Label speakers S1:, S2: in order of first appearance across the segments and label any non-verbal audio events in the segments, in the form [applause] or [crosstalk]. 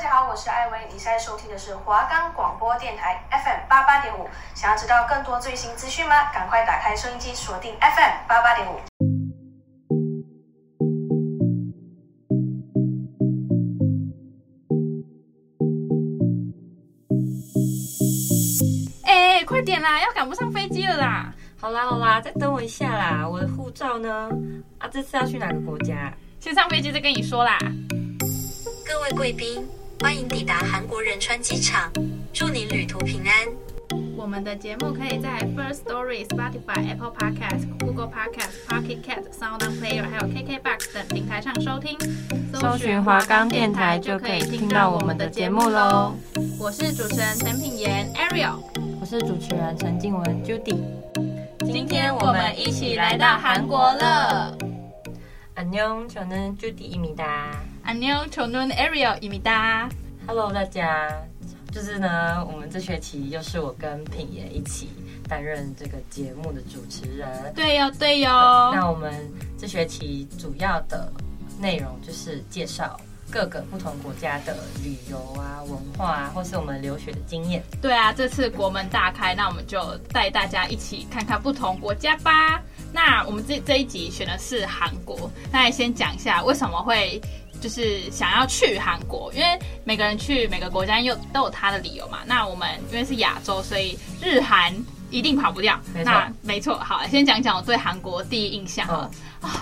S1: 家好，我是艾薇，你现在收听的是华冈广播电台 FM 八八点五。想要知道更多最新资讯吗？赶快打开收音机，锁定 FM 八八点五。
S2: 哎、快点啦，要赶不上飞机了啦！
S3: 好啦好啦，再等我一下啦，我的护照呢？啊，这次要去哪个国家？
S2: 先上飞机再跟你说啦。
S4: 各位贵宾，欢迎抵达韩国仁川机场，祝您旅途平安。
S2: 我们的节目可以在 First Story、Spotify、Apple Podcast、Google Podcast、Pocket Cat、Sound On Player 还有 KKBox 等平台上收听。
S3: 搜寻华冈电台就可以听到我们的节目喽。
S2: 我是主持人陈品妍 Ariel，
S3: 我是主持人陈静文 Judy。
S2: 今天我们一起来到韩国了。
S3: 안녕저는주디입니다
S2: 안녕저는 Ariel 입니다
S3: Hello 大家，就是呢，我们这学期又是我跟品妍一起担任这个节目的主持人。
S2: 对哟对哦哟，
S3: 那我们这学期主要的内容就是介绍各个不同国家的旅游啊、文化啊，或是我们留学的经验。
S2: 对啊，这次国门大开，那我们就带大家一起看看不同国家吧。那我们这这一集选的是韩国，那也先讲一下为什么会就是想要去韩国，因为每个人去每个国家又都有他的理由嘛。那我们因为是亚洲，所以日韩一定跑不掉。
S3: 没错
S2: 那没错，好，先讲讲我对韩国第一印象啊、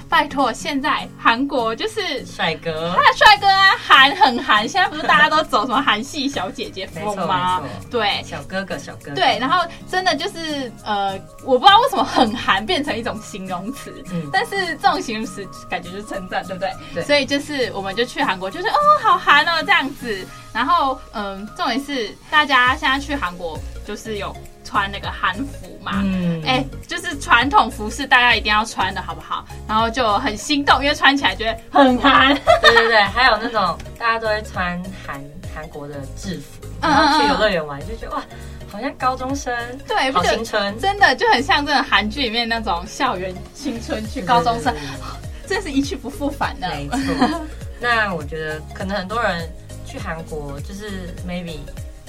S2: 拜托，现在韩国就是
S3: 帅哥，
S2: 那帅哥啊，韩很韩，现在不是大家都走什么韩系小姐姐
S3: 没错
S2: 风吗
S3: 没错？
S2: 对，
S3: 小哥哥，小哥哥。
S2: 对，然后真的就是呃，我不知道为什么很韩变成一种形容词，
S3: 嗯
S2: 但是这种形容词感觉就是称赞，对不对？
S3: 对
S2: 所以就是我们就去韩国，就是哦，好韩哦这样子。然后嗯，重点是大家现在去韩国就是有穿那个韩服嘛。
S3: 嗯，
S2: 哎、就是传统服饰，大家一定要穿的好不好？然后就很心动，因为穿起来觉得很
S3: [laughs]
S2: 韩。
S3: 对对对，还有那种大家都会穿韩韩国的制服，
S2: 嗯嗯嗯
S3: 然后去游乐园玩，就觉得哇，好像高中生，
S2: 对，不
S3: 好
S2: 觉得
S3: 青春。
S2: 真的就很像这种韩剧里面那种校园青春去高中生，
S3: 嗯
S2: 真是一去不复返的。[laughs]
S3: 没错。那我觉得可能很多人去韩国就是 maybe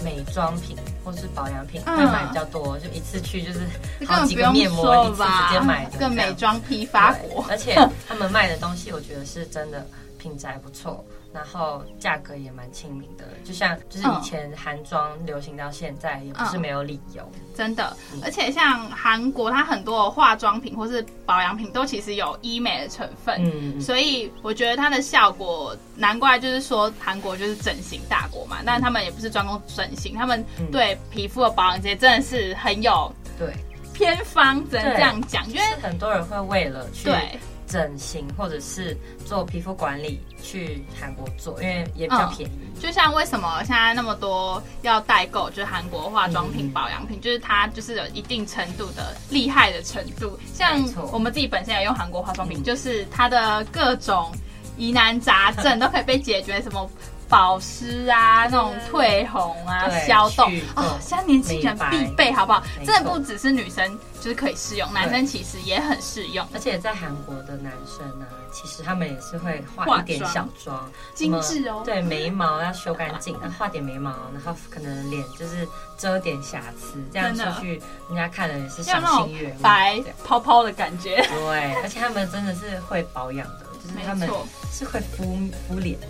S3: 美妆品或是保养品
S2: 嗯
S3: 会买比较多，就一次去就是
S2: 这根
S3: 好
S2: 本
S3: 几
S2: 不
S3: 个
S2: 用
S3: 面
S2: 说了
S3: 膜，一次直接
S2: 吧
S3: 买，的
S2: 更
S3: 这样
S2: 美妆批发
S3: 对
S2: 国。
S3: 而且
S2: [laughs]
S3: 他们卖的东西，我觉得是真的品质还不错，然后价格也蛮亲民的。就像就是以前韩妆流行到现在，也不是
S2: 嗯
S3: 没有理由。
S2: 真的
S3: 嗯，
S2: 而且像韩国，它很多化妆品或是保养品都其实有医美的成分，
S3: 嗯，
S2: 所以我觉得它的效果，难怪就是说韩国就是整形大国嘛，但他们也不是专攻整形，他们
S3: 嗯
S2: 对皮肤的保养这些真的是很有
S3: 对，
S2: 偏方，只能
S3: 对
S2: 这样讲，因
S3: 就
S2: 为
S3: 是很多人会为了去
S2: 对
S3: 整形或者是做皮肤管理去韩国做，因为也比较
S2: 嗯
S3: 便宜。
S2: 就像为什么现在那么多要代购，就是韩国化妆品、
S3: 嗯
S2: 保养品，就是它就是有一定程度的厉害的程度。像
S3: 没错
S2: 我们自己本身也用韩国化妆品，
S3: 嗯
S2: 就是它的各种疑难杂症都可以被解决，什么保湿啊、那种褪红啊、
S3: 对
S2: 消痘
S3: 祛痘
S2: 哦，现在年轻人
S3: 美白
S2: 必备，好不好？
S3: 没错
S2: 真的不只是女生就是可以适用，男生其实也很适用。
S3: 而且在韩国的男生呢、其实他们也是会
S2: 化
S3: 化一点
S2: 妆
S3: 小妆，
S2: 精致哦
S3: 什么对，眉毛要修干净，然后画点眉毛，然后可能脸就是遮点瑕疵，这样出
S2: 真的
S3: 去人家看了也是
S2: 要
S3: 赏
S2: 那种
S3: 心悦目。
S2: 白
S3: 这样
S2: 泡泡的感觉，
S3: 对，而且他们真的是会保养的，就是他
S2: 没
S3: 们
S2: 错。
S3: 是会敷敷脸的。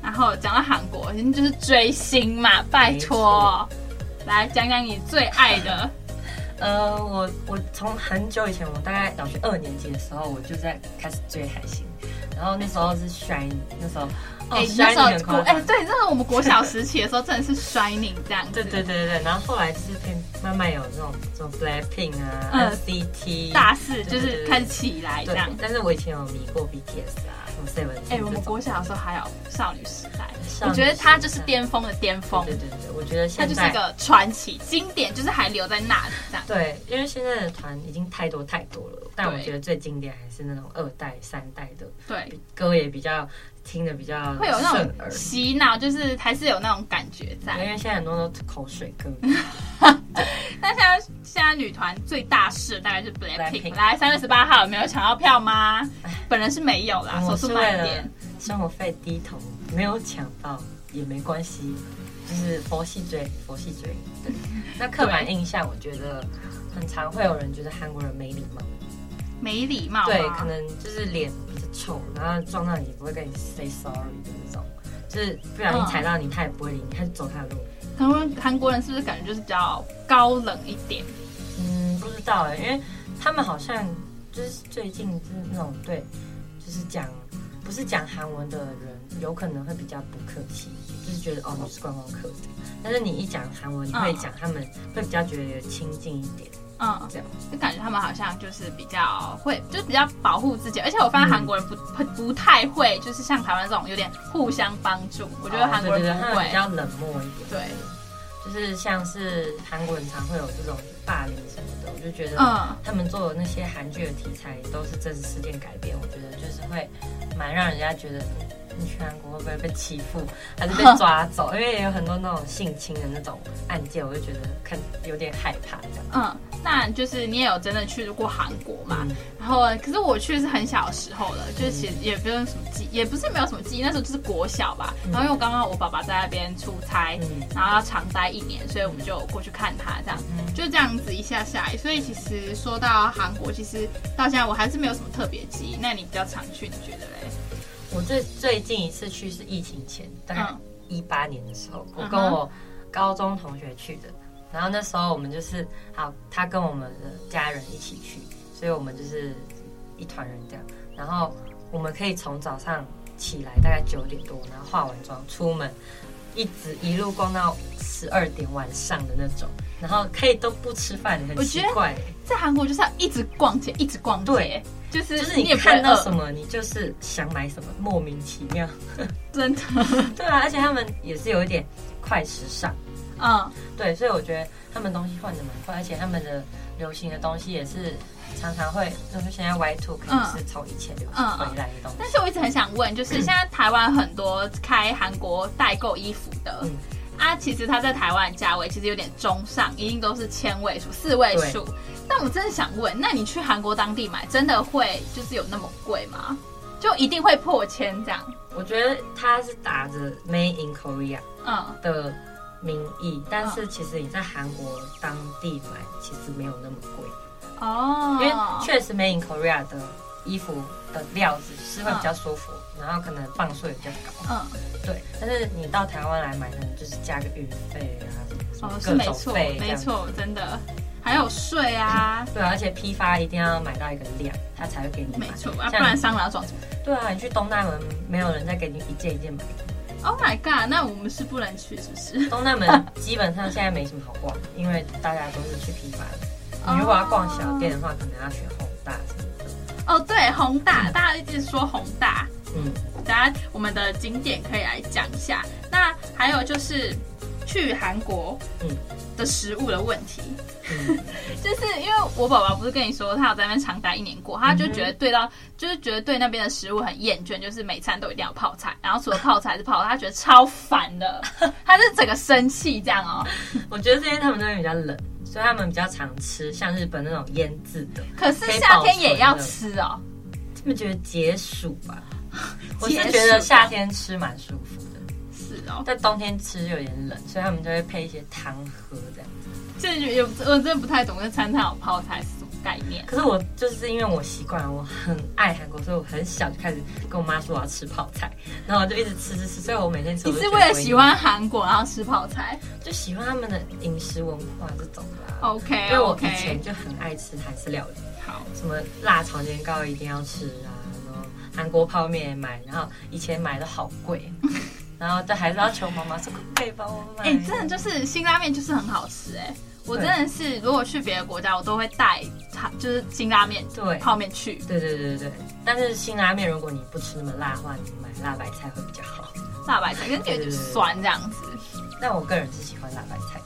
S2: 然后讲到韩国，你就是追星嘛，拜托，来讲讲你最爱的，
S3: 呃，我我从很久以前，我大概小学二年级的时候，我就在开始追海星，然后那时候是 Shine，那时候 [laughs] 哦、
S2: 哎、你那
S3: Shine
S2: 时候
S3: 很
S2: 国
S3: 夸
S2: 哎、
S3: 张。
S2: 对，那时候我们国小时期的时候，真的是 Shining 这样子，
S3: 对对对对对，然后后来就是偏慢慢有这种这种 Blackpink 啊、
S2: 嗯
S3: NCT
S2: 大四就
S3: 对对
S2: 是
S3: 对
S2: 开始起来这
S3: 对
S2: 样。，
S3: 但是我以前有迷过 BTS 啊，什么 Seven，
S2: 哎、我们国小的时候还有少女时代，
S3: 少
S2: 我
S3: 女
S2: 觉得它就是
S3: 时代
S2: 巅峰的巅峰，
S3: 对对对对，我觉得
S2: 它
S3: 现
S2: 就是
S3: 在
S2: 一个传奇经典，就是还留在那里这样。
S3: 对，因为现在的团已经太多太多了，但我
S2: 对
S3: 觉得最经典还是那种二代、三代的
S2: 对，
S3: 歌，也比较听的比较
S2: 会有那
S3: 顺
S2: 种
S3: 耳。
S2: 洗脑，就是还是有那种感觉在
S3: 对。因为现在很多都是口水歌，
S2: 那现在现在女团最大事大概是 BLACKPINK，
S3: Blackpink
S2: 来三月十八号有没有抢到票吗？本人是没有啦，手
S3: 我
S2: 速
S3: 哦嗯是
S2: 慢
S3: 为
S2: 一
S3: 了
S2: 点。
S3: 生活费低头没有抢到，也没关系，就是佛系追，佛系追。 [laughs] 对，那刻板印象，我觉得很常会有人觉得韩国人没礼貌，
S2: 没礼貌吗，
S3: 对，可能就是脸比较丑，然后撞到你也不会跟你 say sorry 的那种，就是不小心踩到你，他也不会理你，他就走他的路。
S2: 可能韩国人是不是感觉就是比较高冷一点？
S3: 嗯，不知道哎、因为他们好像就是最近就是那种对，就是讲不是讲韩文的人，有可能会比较不客气，就是觉得哦你是观光客的，但是你一讲韩文，你会讲他们会比较觉得亲近一点，
S2: 嗯，
S3: 这样
S2: 就感觉他们好像就是比较会，就是比较保护自己，而且我发现韩国人不
S3: 嗯
S2: 不、不太会，就是像台湾这种有点互相帮助。我觉得韩国
S3: 哦对对
S2: 人
S3: 对
S2: 不
S3: 他们
S2: 会
S3: 比，较冷漠一点，
S2: 对，
S3: 就是像是韩国人常会有这种霸凌什么的，我就觉得
S2: 嗯
S3: 他们做的那些韩剧的题材都是真实事件改编，我觉得就是会蛮让人家觉得，嗯你去韩国会不会被欺负，还是被抓走？因为也有很多那种性侵的那种案件，我就觉得看有点害怕这样。
S2: 嗯，那就是你也有真的去过韩国嘛？
S3: 嗯
S2: 然后，呃可是我去是很小的时候了，就是其实也不用什么记，也不是没有什么记忆，那时候就是国小吧。然后因为我刚刚我爸爸在那边出差，
S3: 嗯
S2: 然后要长待一年，所以我们就过去看他，这样
S3: 嗯
S2: 就这样子一下下来。所以其实说到韩国，其实到现在我还是没有什么特别记忆。那你比较常去，你觉得嘞？
S3: 我最最近一次去是疫情前，大概
S2: 嗯
S3: 一八年的时候，我
S2: 嗯哼
S3: 跟我高中同学去的。然后那时候我们就是好，他跟我们的家人一起去，所以我们就是一团人这样。然后我们可以从早上起来大概九点多，然后化完妆出门，一直一路逛到十二点晚上的那种，然后可以都不吃饭，很
S2: 我
S3: 奇
S2: 觉得
S3: 怪欸、
S2: 在韩国就是要一直逛街，一直逛街
S3: 对，
S2: 就是
S3: 就是
S2: 你也
S3: 你
S2: 不会
S3: 看到什
S2: 饿，
S3: 么，你就是想买什么，莫名其妙。
S2: 真 [laughs] 的，
S3: 对啊，而且他们也是有一点快时尚，
S2: 嗯
S3: 对，所以我觉得他们东西换的蛮快，而且他们的流行的东西也是常常会，就是现在 Y two 可能是从以前流行回来的东西。
S2: 但是我一直很想问，
S3: 嗯
S2: 就是现在台湾很多开韩国代购衣服的，
S3: 嗯
S2: 啊，其实它在台湾价位其实有点中上，一定都是千位数、四位数。但我真的想问，那你去韩国当地买，真的会就是有那么贵吗？就一定会破千这样？
S3: 我觉得它是打着 Made in Korea
S2: 嗯，
S3: 的名义，但是其实你在韩国当地买其实没有那么贵，
S2: 哦，
S3: 因为确实 Made in Korea 的衣服的料子是会比较舒服，然后可能磅数也比较高。
S2: 嗯，
S3: 对，但是你到台湾来买，可能就是加个运费啊，什
S2: 哦
S3: 么
S2: 是
S3: 各
S2: 没
S3: 种
S2: 错，
S3: 费，
S2: 没。错，真的还有税啊，
S3: 对啊，而且批发一定要买到一个量，他才会给你买。
S2: 没错，啊，不
S3: 像
S2: 然商量爽什么
S3: 对啊，你去东大门，没有人再给你一件一
S2: [laughs]
S3: 件买。
S2: ？Oh my god，那我们是不能去是不是？
S3: 东大门基本上现在没什么好逛，因为大家都是去批发的。你如果要逛小店的话，可能要选宏大什么的。
S2: 哦，对，宏大，大家一直说宏大， [laughs]
S3: 嗯，
S2: 等下我们的景点可以来讲一下。那还有就是去韩国，
S3: 嗯
S2: 的食物的问题，
S3: 嗯
S2: [laughs] 就是因为我爸爸不是跟你说他有在那边长达一年过，他就
S3: 嗯哼
S2: 觉得对到，就是觉得对那边的食物很厌倦，就是每餐都一定要泡菜，然后除了泡菜是泡菜，他觉得超烦
S3: [laughs]
S2: 的，他是整个生气这样哦。
S3: 我觉得这些他们那边比较冷，所以他们比较常吃像日本那种腌制的，
S2: 可是夏天也要吃哦，
S3: 他们觉得解暑
S2: [laughs]
S3: 吧。我
S2: 解
S3: 是
S2: 暑
S3: 觉得夏天吃蛮舒服的。
S2: 是哦，
S3: 但冬天吃有点冷，所以他们就会配一些汤喝这样。
S2: 这有我真的不太懂这餐餐有泡菜是什么概念。
S3: 可是我就是因为我习惯了，我很爱韩国，所以我很小就开始跟我妈说我要吃泡菜，然后我就一直吃吃吃，所以我每天吃。
S2: 你
S3: 我
S2: 是
S3: 就觉
S2: 为
S3: 得
S2: 了喜欢韩国然后吃泡菜
S3: 我一定，就喜欢他们的饮食文化这种啦。
S2: ？OK，
S3: 因为我以
S2: OK
S3: 前就很爱吃韩式料理，
S2: 哦好，
S3: 什么辣炒年糕一定要吃啊，然后韩国泡面也买，然后以前买的好
S2: [laughs]
S3: 贵，然后但还是要求妈妈说可不可以帮我买？
S2: 哎、真的就是辛拉面就是很好吃哎、我真
S3: 对
S2: 的是如果去别的国家，我都会带它就是辛拉面、
S3: 对
S2: 泡面去。
S3: 对对对对对，但是辛拉面如果你不吃那么辣的话，你买辣白菜会比较好。
S2: 辣白菜跟觉得就是酸这样子。
S3: 但我个人是喜欢辣白菜。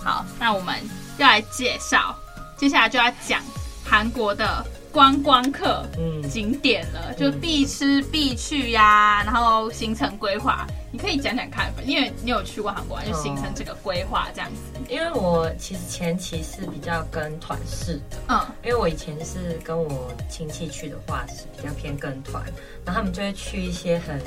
S2: 好，那我们要来介绍，接下来就要讲韩国的观光客
S3: 嗯，
S2: 景点了，就必吃必去呀、然后行程规划，你可以讲讲看吧，因为你有去过韩国啊，就行
S3: 嗯
S2: 程这个规划这样子。
S3: 因为我其实前期是比较跟团式的，
S2: 嗯
S3: 因为我以前是跟我亲戚去的话是比较偏跟团，然后他们就会去一些很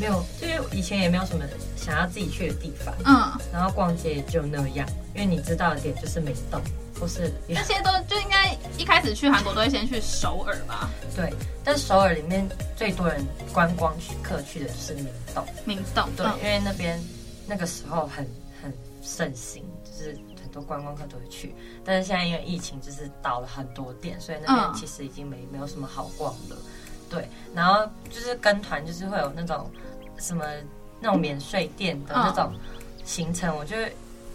S3: 没有，就是以前也没有什么想要自己去的地方，
S2: 嗯，
S3: 然后逛街也就那样，因为你知道的点就是明洞或是
S2: 那些都就应该一开始去韩国都会先去首尔吧，
S3: 对，但首尔里面最多人观光去客去的就是明洞，
S2: 明洞。
S3: 对，
S2: 嗯
S3: 因为那边那个时候很很盛行，就是很多观光客都会去，但是现在因为疫情，就是倒了很多店，所以那
S2: 嗯
S3: 边其实已经没没有什么好逛的。对，然后就是跟团，就是会有那种什么那种免税店的
S2: 嗯
S3: 那种行程，我就会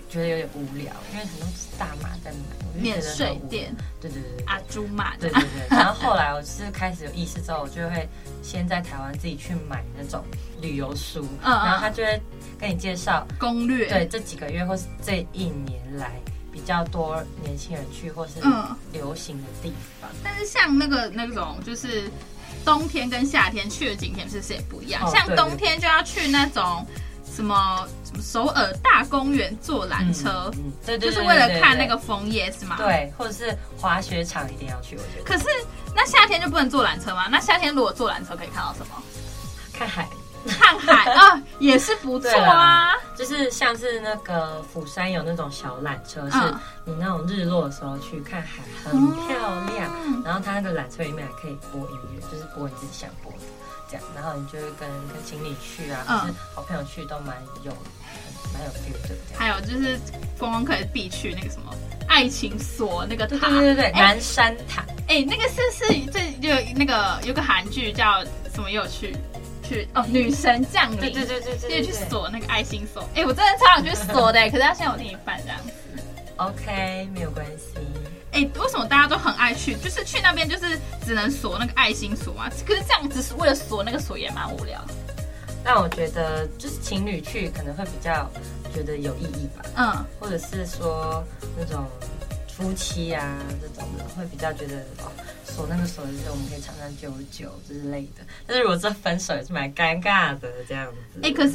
S3: 觉得有点无聊，因为很多是大码在买，我就觉
S2: 免
S3: 得很
S2: 税
S3: 无聊
S2: 店，啊
S3: 对对对对
S2: 阿朱玛
S3: 对
S2: 的，
S3: 对对，然后后来我就是开始有意识之后，我就会先在台湾自己去买那种旅游书，
S2: [laughs] 嗯嗯
S3: 然后他就会跟你介绍，
S2: 攻略，
S3: 对，这几个月或是这一年来比较多年轻人去或是
S2: 嗯
S3: 流行的地方。
S2: 但是像那个那种就是冬天跟夏天去的景点是不是也不一样？
S3: 哦
S2: 像
S3: 对
S2: 冬天就要去那种什么什么首尔大公园坐缆车，
S3: 嗯，嗯对对
S2: 就
S3: 对，
S2: 是
S3: 对
S2: 为了看那，
S3: 对
S2: 个枫叶是吗？
S3: 对。对，或者是滑雪场一定要去，我觉得
S2: 可是那夏天就不能坐缆车吗？那夏天如果坐缆车可以看到什
S3: [laughs]
S2: 么？
S3: 看海。
S2: 看海啊，也是不错啊。
S3: 就是像是那个釜山有那种小缆车，是
S2: 嗯哦
S3: 你那种日落的时候去看海，很漂亮。然后它那个缆车里面还可以播音乐，就是播你自己想播的这样。然后你就会跟跟情侣去啊，
S2: 嗯
S3: 或是好朋友去，都蛮有蛮有 feel 的这样。
S2: 还有就是观光客必去那个什么爱情锁那个
S3: 对
S2: 塔，
S3: 对对对对，
S2: 哎
S3: 南山塔
S2: 哎、那个是是这有那个有个韩剧叫什么？也有去去哦，女神降临，
S3: 对对对对对对
S2: 就去
S3: 对
S2: 锁那个爱心锁。哎、我真的超想去锁的、可是它现在有另一半这样。
S3: ，OK，没有关系。
S2: 哎、为什么大家都很爱去？就是去那边就是只能锁那个爱心锁嘛。可是这样只是为了锁那个锁也蛮无聊的。
S3: 但我觉得就是情侣去可能会比较觉得有意义吧，
S2: 嗯，
S3: 或者是说那种夫妻啊这种的，会比较觉得哦，锁那个锁就是我们可以长长久久之类的。但是如果这分手也是蛮尴尬的这样子。
S2: 哎、可是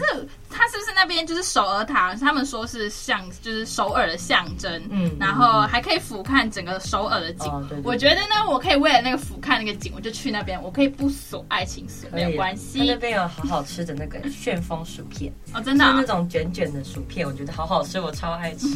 S2: 它是不是那边就是首尔塔？他们说是象，就是首尔的象征。
S3: 嗯
S2: 然后还可以俯瞰整个首尔的景。
S3: 哦对对对
S2: 我觉得呢，我可以为了那个俯瞰那个景，我就去那边，我可以不锁爱情锁，
S3: 可
S2: 没
S3: 以
S2: 有关
S3: 它那
S2: 系。
S3: 边有好好吃的那个旋风薯片，
S2: 哦，
S3: 就
S2: 真
S3: 是
S2: 的啊、
S3: 那种卷卷的薯片，我觉得好好吃，我超爱
S2: [laughs]
S3: 吃。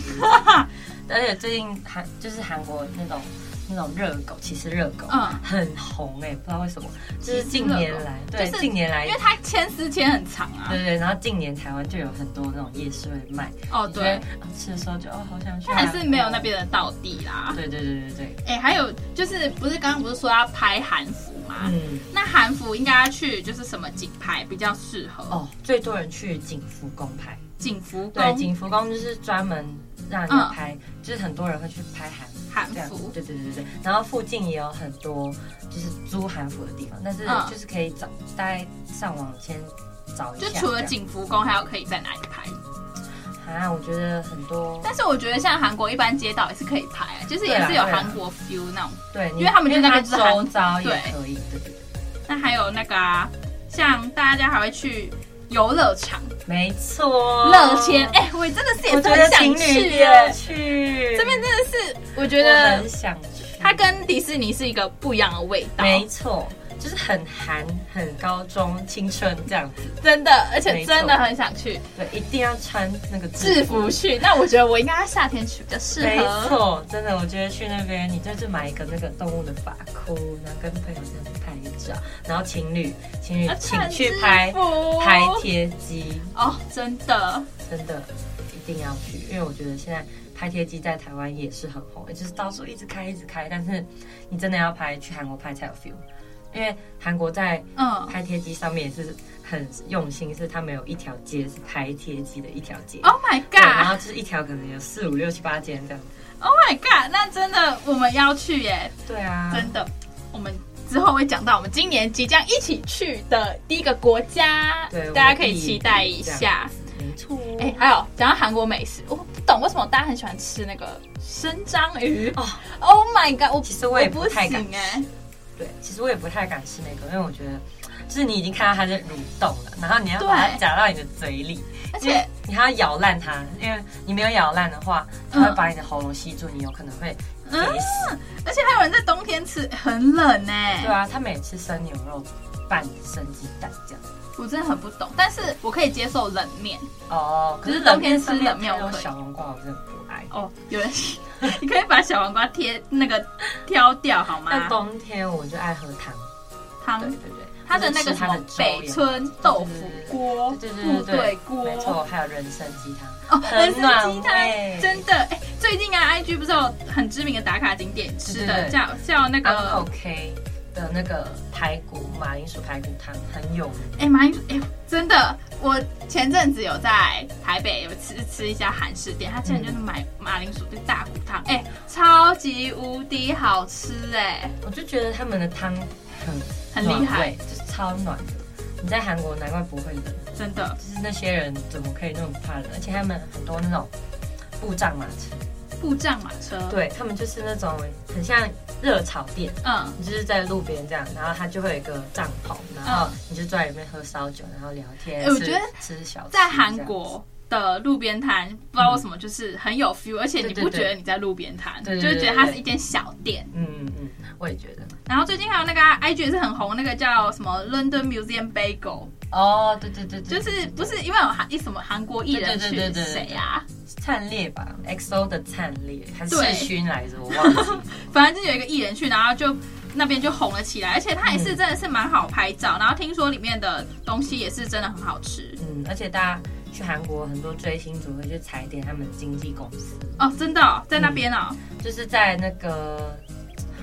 S3: 而且最近韩就是韩国那种那种热狗，其实热狗。
S2: 嗯。
S3: 很红哎、不知道为什么，就是
S2: 起司
S3: 近
S2: 热狗
S3: 年来，对，
S2: 就是
S3: 近年来
S2: 因为它牵丝牵很长啊
S3: 对，对，对然后近年台湾就有很多那种夜市会卖，
S2: 哦
S3: 你就会
S2: 对，
S3: 啊吃的时候就哦好想去，
S2: 它还是没有那。边的道地啦。
S3: 对对对对对，
S2: 哎、还有就是不是刚刚不是说要拍韩服吗？
S3: 嗯，
S2: 那韩服应该要去就是什么景拍比较适合？
S3: 哦，最多人去景福宫拍，
S2: 景福
S3: 对，
S2: 宫
S3: 景福宫就是专门让人
S2: 嗯
S3: 拍，就是很多人会去拍韩服
S2: 韩
S3: 这样
S2: 服，
S3: 对对对对对，然后附近也有很多就是租韩服的地方，但是
S2: 嗯
S3: 就是可以找，大概上网先找一
S2: 就
S3: 下。
S2: 除了
S3: 这样
S2: 景福宫，还有可以在哪里拍？
S3: 啊，我觉得很多
S2: 但是我觉得像韩国一般街道也是可以拍啊，就是也是有韩国 feel 那种。
S3: 对，你
S2: 因为他们就在那
S3: 它
S2: 边就是韩
S3: 周遭也
S2: 对
S3: 可以，对对对，
S2: 那还有那个啊，像大家还会去游乐场、
S3: 没错，
S2: [laughs] 乐天，哎、我真的是也
S3: 哦我
S2: 是
S3: 觉
S2: 很
S3: 得
S2: 想
S3: 情侣
S2: 去耶
S3: 也。去，
S2: 这边真的是，我觉
S3: 觉
S2: 得
S3: 很想去，
S2: 它跟迪士尼是一个不一样的味道，
S3: 没错，就是很韩、很高中、青春这样子。
S2: 真的，而且真的很想去
S3: 对，一定要穿那个
S2: 制
S3: 制服。
S2: 服去。那我觉得我应该夏天去比较适
S3: 没
S2: 合。
S3: 错，真的，我觉得去那边，你就是买一个那个动物的发箍，然后跟朋友这样拍照，然后情侣情侣
S2: 要
S3: 请
S2: 穿
S3: 去
S2: 制
S3: 拍
S2: 服
S3: 拍贴机，
S2: 哦，真的，
S3: 真的一定要去，因为我觉得现在拍贴机在台湾也是很红，也就是到处一直开一直开，但是你真的要拍去韩国拍才有 feel，因为韩国在
S2: 嗯，
S3: 拍贴机上面也是很用心，是他们有一条街是拍贴机的一条街。
S2: Oh my
S3: 对然后
S2: god！Oh
S3: 就是一条可能有四五六七八间这样子。
S2: my god！那真的我们要去耶，
S3: 对啊，
S2: 真的。我们之后会讲到我们今年即将一起去的第一个国家
S3: 对，我，们
S2: 大家可以期待一下。
S3: 没错。
S2: 哎、还有讲到韩国美食，我不懂为什么大家很喜欢吃那个生章鱼。
S3: 哦
S2: oh my god！我
S3: 其实我也
S2: 不
S3: 不太敢
S2: 行
S3: [laughs]
S2: 哎，
S3: 对，其实我也不太敢吃那个，因为我觉得就是你已经看到它在蠕动了，然后你要把它
S2: 对
S3: 夹到你的嘴里，
S2: 而
S3: 因为
S2: 且
S3: 你还要咬烂它，因为你没有咬烂的话，它会把你的喉咙吸住，你有可能会噎死。
S2: 而且还有人在冬天吃，很冷哎。
S3: 啊对啊，他们也吃生牛肉拌生鸡蛋这样，
S2: 我真的很不懂，但是我可以接受冷面
S3: 哦，可
S2: 就是冬天吃
S3: 冷面
S2: 冷面
S3: 那种
S2: 我可以
S3: 小黄瓜，我真的不爱。
S2: 哦。有人， [laughs] 你可以把小黄瓜贴那个挑掉好
S3: [laughs]
S2: 吗
S3: 但？冬天我就爱喝汤，
S2: 汤
S3: 对，对对，
S2: 它的那个
S3: 或者吃
S2: 什
S3: 它
S2: 么
S3: 的粥
S2: 北
S3: 也好
S2: 村豆腐锅、
S3: 对对
S2: 部
S3: 对对
S2: 队
S3: 对，
S2: 锅，
S3: 没错，还有人参鸡汤，
S2: 哦，人
S3: 很
S2: 参
S3: 暖
S2: 鸡汤
S3: 胃
S2: 真的。哎，最近啊，IG 不是有很知名的打卡景点吃的，
S3: 对对对
S2: 叫叫那
S3: 刚
S2: 个
S3: OK 的那个排骨马铃薯排骨汤很有名，
S2: 哎马铃薯，哎，真的，我前阵子有在台北有吃吃一家韩式店，他竟然就是买马铃薯炖大骨汤，哎，超级无敌好吃哎，
S3: 我就觉得他们的汤很
S2: 很厉
S3: 暖
S2: 害
S3: 胃，就是超暖的。你在韩国难怪不会冷，
S2: 真的。
S3: 就是那些人怎么可以那么怕冷？而且他们很多那种布障马车，
S2: 布障马车，，
S3: 对他们就是那种很像热炒店，
S2: 嗯，
S3: 你就是在路边这样，然后它就会有一个帐篷，然后你就坐在里面喝烧酒，然后聊天。
S2: 嗯哎我
S3: 吃
S2: 觉得
S3: 吃小吃
S2: 在韩
S3: 嗯
S2: 国的路边摊，不知道为什么就是很有 feel，而且你
S3: 对对
S2: 不
S3: 对
S2: 觉得你在路边摊，就
S3: 对
S2: 会
S3: 对
S2: 觉
S3: 对
S2: 得它是一间小店。
S3: 这样，嗯嗯嗯，我也觉得。
S2: 然后最近还有那个啊 IG 也是很红，那个叫什么 London Museum Bagel，
S3: 哦，对对对对，
S2: 就是不是因为有韩一什么韩国艺人
S3: 对
S2: 去
S3: 对对对对
S2: 谁啊，
S3: 灿烈吧，XO 的灿烈还是
S2: 对
S3: 世勋来着，我忘记
S2: [laughs]
S3: 了。
S2: 反正就有一个艺人去，然后就那边就红了起来，而且它也是真的是蛮好拍照，然后听说里面的东西也是真的很好吃
S3: 嗯，而且大家去韩国很多追星族会去踩点他们的经纪公司，
S2: 哦，真的哦、在那边哦，
S3: 就是在那个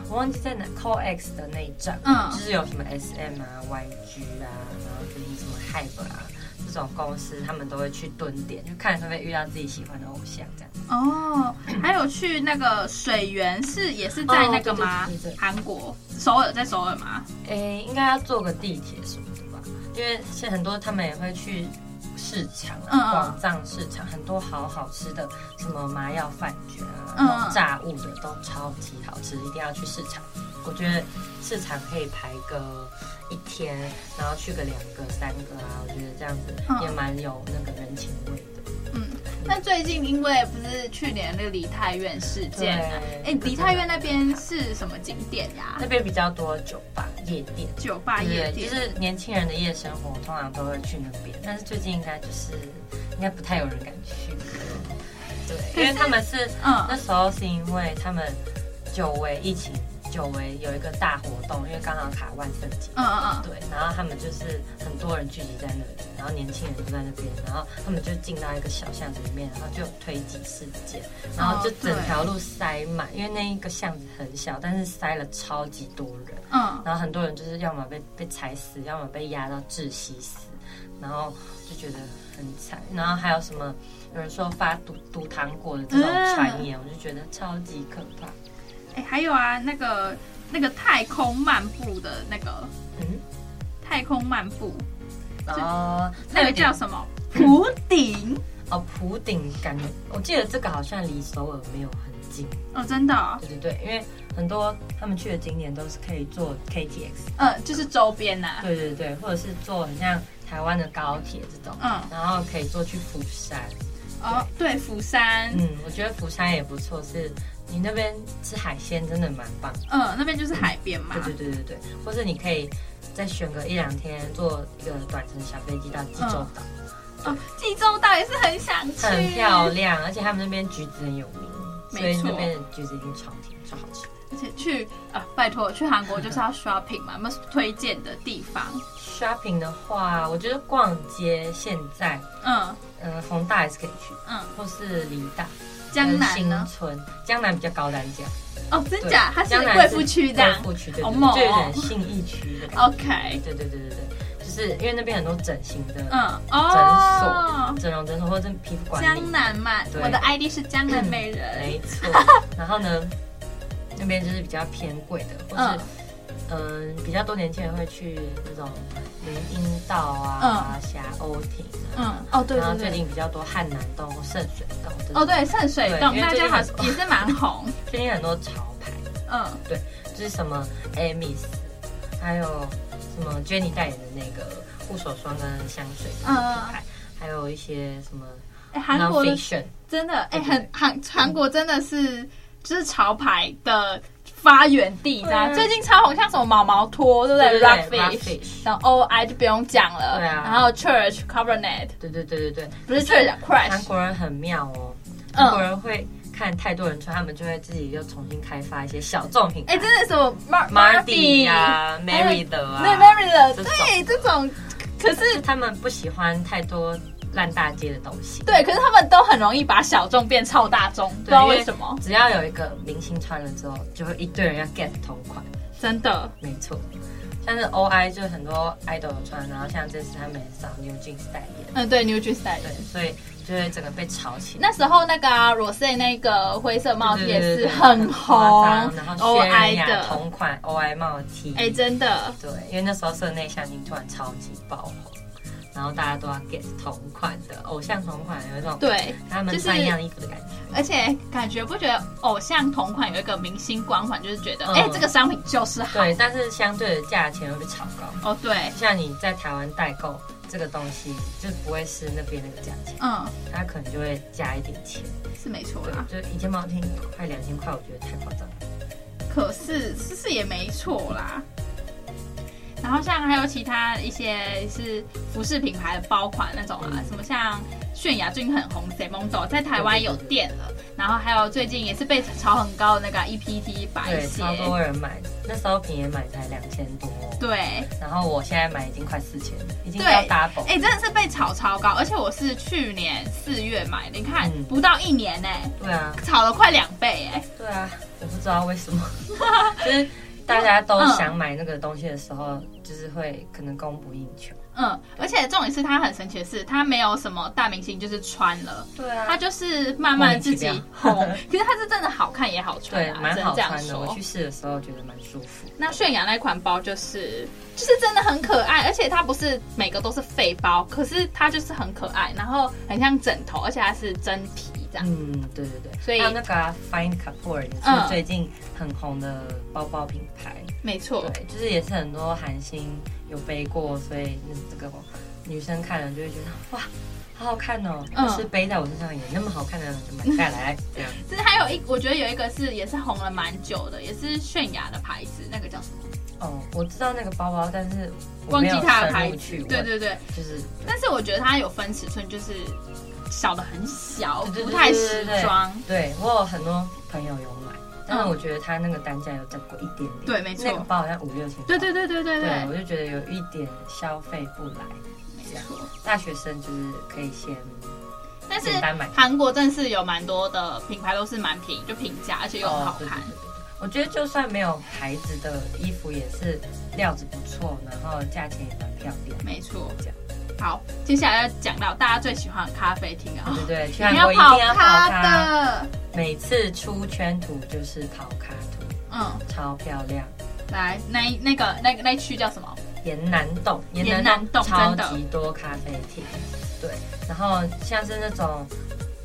S3: 我忘记在哪 COX 的那一站，
S2: 嗯
S3: 就是有什么 SM 啊、YG 啊，然后就是什么 Hype 啊这种公司，他们都会去蹲点，就看会不会遇到自己喜欢的偶像这样。
S2: 哦，还有去那个水源是也是在那个吗
S3: 哦对对对对？对
S2: 韩国首尔在首尔吗？
S3: 诶、应该要坐个地铁什么的吧，因为现在很多他们也会去市场
S2: 嗯嗯
S3: 啊，广藏市场，很多好好吃的，什么麻药饭卷啊，
S2: 嗯嗯
S3: 那种炸物的都超级好吃，一定要去市场。我觉得市场可以排个一天，然后去个两个、三个啊，我觉得这样
S2: 嗯
S3: 子也蛮有那个人情味的。
S2: 嗯，那最近因为不是去年那个梨泰院事件啊，哎
S3: 对，
S2: 梨泰院那边是什么景点呀
S3: 那？边比较多酒吧、夜店。
S2: 酒吧夜
S3: 对
S2: 店，
S3: 就是年轻人的夜生活通常都会去那边，但是最近应该就是应该不太有人敢去了，对，因为他们是那
S2: 嗯
S3: 时候是因为他们久违疫情，久违有一个大活动，因为刚好卡万圣节。
S2: 嗯嗯
S3: 对，然后他们就是很多人聚集在那里，然后年轻人就在那边，然后他们就进到一个小巷子里面，然后就有推挤事件，然后就整条路塞满，因为那一个巷子很小，但是塞了超级多人。
S2: 嗯嗯，
S3: 然后很多人就是要么被被踩死，要么被压到窒息死，然后就觉得很惨。然后还有什么有人说发毒毒糖果的这种传
S2: 嗯
S3: 言，我就觉得超级可怕。
S2: 哎，还有啊，那个那个太空漫步的那个
S3: 嗯，
S2: 太空漫步，
S3: 哦，
S2: 那个
S3: 有点
S2: 叫什么？普顶
S3: 哦普顶，感觉我记得这个好像离首尔没有很近。
S2: 哦，真的哦，
S3: 对对对，因为很多他们去的景点都是可以坐 KTX，
S2: 嗯，就是周边呐，
S3: 对对对，或者是坐很像台湾的高铁这种，
S2: 嗯
S3: 然后可以坐去釜山。
S2: 哦，对，釜山，
S3: 嗯，我觉得釜山也不错，是你那边吃海鲜真的蛮棒。
S2: 嗯，那边就是海边嘛
S3: 对，对对对对，或者你可以再选个一两天，坐一个短程小飞机到济州岛，
S2: 哦，济州岛也是很想嗯去，
S3: 很漂亮，而且他们那边橘子很有名，所
S2: 没
S3: 以
S2: 错
S3: 那边的橘子一定超甜超好吃。
S2: 而且去啊，拜托，去韩国就是要 shopping 嘛，有没有推荐的地方？
S3: shopping 的话，我觉得逛街现在，
S2: 嗯
S3: 呃，宏大还是可以去，
S2: 嗯，
S3: 或是梨大、
S2: 江南
S3: 新
S2: 呢？
S3: 村、江南比较高单价，
S2: 哦，真
S3: 对
S2: 假？它是
S3: 江南
S2: 贵妇区这样
S3: 贵妇区对
S2: 好
S3: 对
S2: 猛哦
S3: 对，就有点信义区的感觉。
S2: ？OK，
S3: 对对对对对，就是因为那边很多整形的、
S2: 嗯
S3: 诊
S2: 哦，
S3: 整容诊所或者是皮肤管理
S2: 江，南嘛，
S3: 对
S2: 我的 ID 是江南美人。
S3: 没
S2: [laughs]
S3: 错。然后呢，那边就是比较偏贵的，或
S2: 嗯
S3: 是嗯、比较多年轻人会去那种林荫道啊、霞欧亭啊。
S2: 嗯，哦对
S3: 然后
S2: 对
S3: 最
S2: 对，
S3: 近比较多汉南洞、圣水洞这种
S2: 哦，对圣水
S3: 对
S2: 洞，
S3: 因为
S2: 大
S3: 最
S2: 家
S3: 近
S2: 好
S3: 很
S2: 像也是蛮红，
S3: 最近很多潮牌，
S2: 嗯
S3: 就是什么 Amis，还有什么 Jenny 代言的那个护手霜跟香水的
S2: 嗯
S3: 品
S2: 嗯
S3: 牌，还有一些什么 [laughs]
S2: 哎，韩国的
S3: Nonfiction，
S2: 真的哎，
S3: 对对
S2: 很韩韩国真的是就是潮牌的发源地，这样、
S3: 对啊
S2: 最近超红，像什么毛毛拖，对不
S3: 对对
S2: ？Rockfish，
S3: Rockfish
S2: 然后 OI 就不用讲了，
S3: 对啊
S2: 然后 Church Cabernet
S3: 对对对对对，
S2: 不是 Church 啊
S3: 韩
S2: Crash，
S3: 国人很妙哦，
S2: 嗯
S3: 韩国人会看太多人穿，他们就会自己又重新开发一些小众品牌，
S2: 哎、真的什么 Mar
S3: Mardi
S2: 呀、
S3: 呀、Mary 的啊，
S2: 对 Mary 的，
S3: 这种
S2: 对这种，可是
S3: 他们不喜欢太多烂大街的东西。
S2: 对，可是他们都很容易把小众变超大众，不知
S3: 对，
S2: 道
S3: 因
S2: 为什么，
S3: 只要有一个明星穿了之后，就会一堆人要 get 同款。
S2: 真的，
S3: 没错，像是 OI 就很多 idol 有穿，然后像这次他们也找 New Jeans 代言，
S2: 嗯，对，New Jeans 代
S3: 对
S2: 言。，
S3: 所以就会整个被炒起来。
S2: 那时候那个啊 Rose 那个灰色帽子也
S3: 对对对
S2: 是
S3: 对
S2: 很红
S3: 夸张然后薛仁
S2: ，OI
S3: 雅
S2: 的，
S3: 同款 OI 帽 T，
S2: 哎、真的，
S3: 对，因为那时候社内相亲突然超级爆红，然后大家都要 get 同款的偶像同款，有一种
S2: 对，
S3: 他们穿一样的衣服的感觉。
S2: 而且感觉不觉得偶像同款有一个明星光环，就是觉得
S3: 嗯
S2: 哎、这个商品就是好，
S3: 对，但是相对的价钱会被炒高。
S2: 哦对，
S3: 像你在台湾代购这个东西，就不会是那边那个价钱，
S2: 嗯，
S3: 它可能就会加一点钱。
S2: 是没错
S3: 对
S2: 啦，。
S3: 就一件毛巾快两千块，我觉得太夸张了。
S2: 可是是是也没错啦。然后像还有其他一些是服饰品牌的包款那种
S3: 嗯
S2: 啊，什么像泫雅最近很红 s a m o n d o 在台湾有店了，然后还有最近也是被炒很高的那个 E EPT 白
S3: 对，
S2: 鞋，
S3: 超多人买，那时候平也买才两千多，
S2: 对，
S3: 然后我现在买已经快四千，已经
S2: 对
S3: 要 double
S2: 哎、。真的是被炒超高，而且我是去年四月买的，你看、
S3: 嗯
S2: 不到一年呢、
S3: 对啊，
S2: 炒了快两倍哎、
S3: 对啊，我不知道为 [laughs] 什么，就是大家都想买那个东西的时候，就是会可能供不应求。
S2: 嗯，而且重点是它很神奇的是，它没有什么大明星，就是穿了。
S3: 对啊
S2: 他，就是慢慢自己 [laughs] 红
S3: 莫名
S2: 可
S3: 其，
S2: 是他是真的好看也好穿
S3: 对，
S2: 啊，
S3: 蛮
S2: 只能
S3: 好
S2: 这样
S3: 穿的。我
S2: 说
S3: 去。试的时候觉得蛮舒服。
S2: 那泫雅那款包就是就是真的很可爱，而且它不是每个都是废包，可是它就是很可爱，然后很像枕头，而且它是真皮这样。
S3: 嗯，对对对。
S2: 所以
S3: 还有那个、啊、Fine Couture 也
S2: 嗯
S3: 是最近很红的包包品牌，
S2: 没错，
S3: 对，就是也是很多韩星有背过，所以那这个女生看了就会觉得哇。好好看哦！
S2: 嗯哦
S3: 就是背在我身上也那么好看的，就买
S2: [laughs]
S3: 下来这样。
S2: 就是还有一，我觉得有一个是也是红了蛮久的，也是泫雅的牌子，那个叫什么？
S3: 哦，我知道那个包包，但是我
S2: 忘
S3: 没
S2: 记
S3: 有
S2: 它的
S3: 深
S2: 牌
S3: 入
S2: 子
S3: 去。
S2: 对
S3: 问
S2: 对对，
S3: 就是
S2: 但是我觉得它有分尺寸，就是小的很小，
S3: 对对对
S2: 哦不太时装。
S3: 对我有很多朋友有买，但是
S2: 嗯
S3: 我觉得它那个单价有涨过一点点。
S2: 对没错
S3: 那个包好像五六千。
S2: 对对对对对
S3: 对
S2: 对，
S3: 我就觉得有一点消费不来。这
S2: 没
S3: 样，
S2: 错。
S3: 大学生就是可以先
S2: 但是
S3: 简单买
S2: 韩国真的是有蛮多的品牌都是蛮平，就平价，而且又很好看。
S3: 哦对对对对我觉得就算没有牌子的衣服，也是料子不错，然后价钱也蛮漂亮。
S2: 没错
S3: 这样。
S2: 好，接下来要讲到大家最喜欢的咖啡厅啊
S3: 对，对对，去
S2: 你
S3: 哦韩国一定要跑
S2: 咖
S3: 咖，
S2: 的，
S3: 每次出圈图就是跑咖图，
S2: 嗯，
S3: 超漂亮。
S2: 来那一那个那个那一区叫什么？
S3: 沿南洞，
S2: 沿南洞
S3: 超
S2: 真的
S3: 级多咖啡厅，对，然后像是那种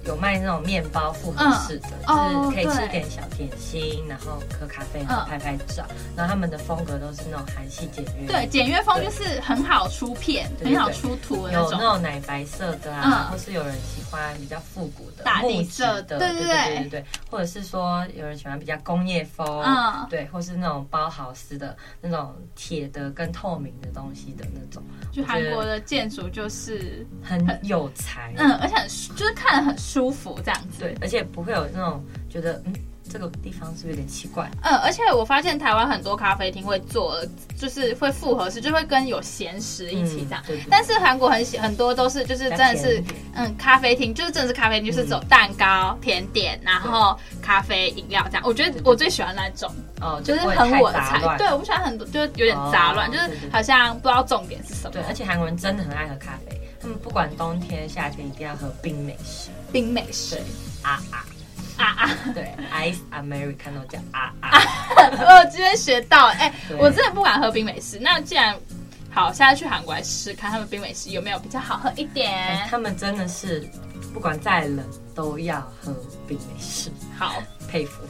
S3: 有卖那种面包复合式的，
S2: 嗯
S3: 就是可以
S2: 哦对
S3: 吃点小点心，然后喝咖啡，然后拍拍照，然后他们的风格都是那种韩系简约，
S2: 对，，简约风就是很好出片，
S3: 嗯对对
S2: 很好出图的那
S3: 有那
S2: 种。
S3: 种奶白色的啊，
S2: 嗯
S3: 或是有人喜欢比较复古的
S2: 大地
S3: 木质
S2: 色
S3: 的，
S2: 对
S3: 对
S2: 对
S3: 对
S2: 对
S3: 对对，或者是说有人喜欢比较工业风，
S2: 嗯
S3: 对，或是那种包豪斯的那种铁的跟透明的东西的那种，
S2: 就韩国的建筑就是，
S3: 很有才，
S2: 嗯，而且很舒就是看得很舒服这样子
S3: 对。，而且不会有那种觉得嗯，这个地方是不是有点奇怪？
S2: 嗯，而且我发现台湾很多咖啡厅会做，就是会复合式，就会跟有闲食一起这样。
S3: 嗯对对对
S2: 但是韩国很喜很多都是就是真的是
S3: 比较甜一点
S2: 嗯咖啡厅，就是真的是咖啡厅，就是
S3: 嗯
S2: 走蛋糕、甜点，然后咖啡、饮料这样。我觉得
S3: 对对
S2: 我最喜欢那种，
S3: 哦，
S2: 就是
S3: 不会
S2: 很
S3: 太
S2: 我的
S3: 杂
S2: 菜。
S3: 乱
S2: 对，我不喜欢很多，就有点杂乱，
S3: 哦
S2: 就是
S3: 对对对
S2: 好像不知道重点是什么。
S3: 对，而且韩国人真的很爱喝咖啡，他们不管冬天夏天一定要喝冰美式
S2: 冰美式
S3: 啊啊，
S2: 啊啊！ [laughs]
S3: 对，Ice Americano 叫啊啊，
S2: 我今天学到，哎、
S3: 对
S2: 我真的不敢喝冰美式。那既然好，下次去韩国来试试看他们冰美式有没有比较好喝一点。
S3: 哎他们真的是不管再冷都要喝冰美式，
S2: 好，
S3: 佩服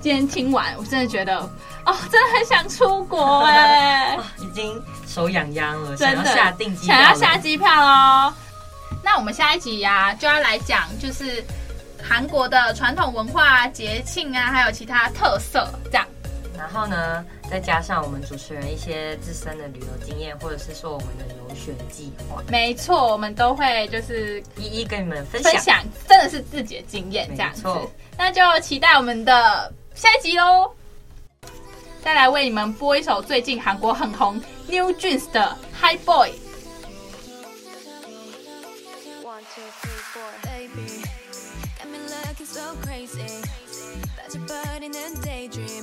S2: 今天听完，我真的觉得，哦，真的很想出
S3: [laughs]
S2: 国哎、
S3: 啊，已经手痒痒了，想
S2: 真
S3: 要
S2: 的
S3: 下定机票
S2: 想
S3: 了，
S2: 要下机票喽。那我们下一集呀、就要来讲就是韩国的传统文化、节庆啊，还有其他特色这样。
S3: 然后呢，再加上我们主持人一些自身的旅游经验，或者是说我们的游学计划，
S2: 没错，我们都会就是
S3: 一一跟你们分享。
S2: 分享，真的是自己的经验这样子
S3: 没错。
S2: 那就期待我们的下一集喽。再来为你们播一首最近韩国很红 New Jeans 的《High Boy》。
S5: One, two, three, four. Baby, got me looking so crazy. That's your body in a daydream.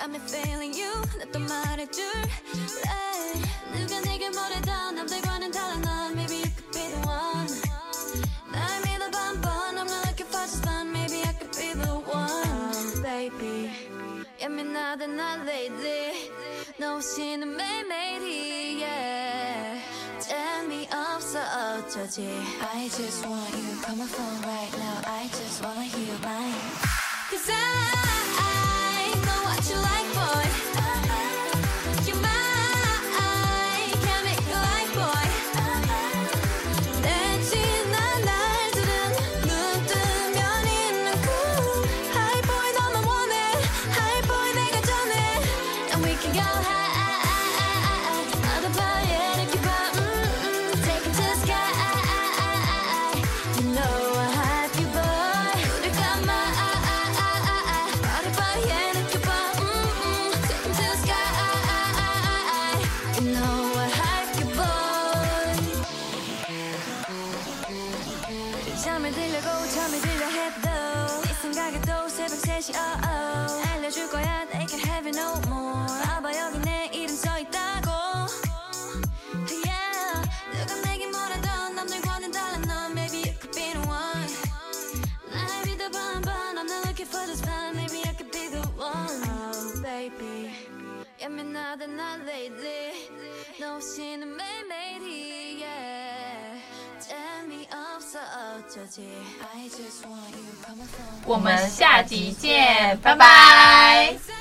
S5: Got me feeling you. 나또 말해줄. Hey, 누가 내게 말해도 난 백번은 달라 넌. Maybe you could be the one. 날 믿어봐 한번 I'm not looking for just one. Maybe I could be the one, baby. 예민하다 나 lately. 너 없이는 매일매일이. Yeah. 재미없어 어쩌지 I just want you Come on phone right now I just wanna hear mine Cause I, I know what you like boy You're my chemical like boy 내 지난 날들은 눈 뜨면 있는 cool High boy 너만 원해 High boy 내가 전해 And we can go high I'll buy it if you buy mm, mm, Take it to the sky You know I have you boy 우리 감아 I'll buy it if you buy mm, mm, Take it to the sky You know I have you boy 잠을 들려고 잠이 들려 해도 네 생각에 또 새벽 3시 oh oh 알려줄 거야 they can have it no more 봐봐 여기 내 이름 써있다고 yeah 누가 내게 뭐라던 남들과는 달라 넌 maybe you could be the one 날 믿어봐 한번 I'm not looking for this one maybe I could be the one oh baby 예민하다 나 lately 너 없이는 매일매일이 yeah 재미없어 어쩌지 I just want you come on
S2: 我们下集见，拜拜。